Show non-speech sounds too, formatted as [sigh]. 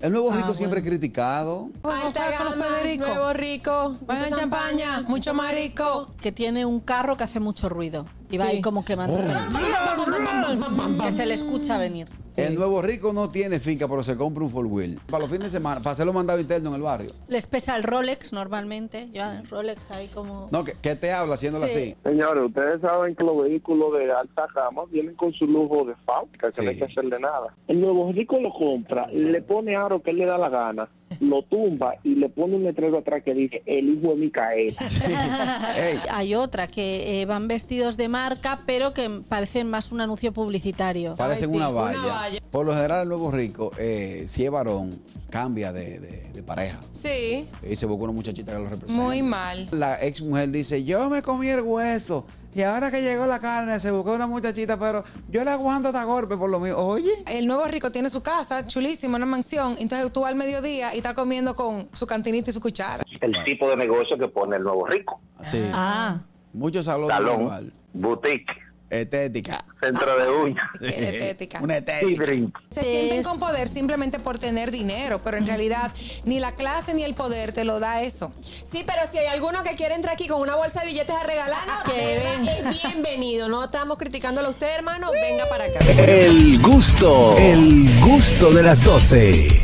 El nuevo Ah, rico siempre es criticado. Alta Vamos con gama, Federico. nuevo rico, Buena mucha champaña, mucho más rico. Que tiene un carro que hace mucho ruido. Y va Sí. ahí como quemando. Oh. Que se le escucha venir. El nuevo rico no tiene finca, pero se compra un full wheel. Para los fines de semana, para hacerlo mandado interno en el barrio. Les pesa el Rolex normalmente. Yo al Rolex ahí como... No, que, que te habla haciéndolo Sí. así. Señores, ustedes saben que los vehículos de alta gama vienen con su lujo de fábrica, que Sí. no hay que hacerle nada. El nuevo rico lo compra, le pone aro que él le da la gana, lo tumba y le pone un letrero atrás que dice, el hijo de Micael. [laughs] Ey, Hay otra que eh, van vestidos de marca, pero que parecen más un anuncio publicitario. parecen sí, una, una valla. valla. Por lo general, el nuevo rico, eh, si es varón, cambia de, de- de pareja. Sí, Y se busca una muchachita que lo representa. muy mal. La ex mujer dice, yo me comí el hueso. Y ahora que llegó la carne, se buscó una muchachita, pero yo le aguanto hasta golpe por lo mío. Oye. El nuevo rico tiene su casa, chulísima, una mansión. Entonces tú vas al mediodía y estás comiendo con su cantinita y su cuchara. [laughs] el tipo de negocio que pone el nuevo rico. Sí. Ah, Muchos salones. Salón, igual. boutique, Estética. centro de uñas, [laughs] Qué [laughs] estética. Una y estética. drink. Se sienten Es- con poder simplemente por tener dinero, pero en realidad ni la clase ni el poder te lo da eso. Sí, pero si hay alguno que quiere entrar aquí con una bolsa de billetes a Ah, regalarnos, Que de verdad, venga. es bienvenido. No estamos criticándolo a usted, hermano. Venga para acá. El gusto, el gusto de las doce.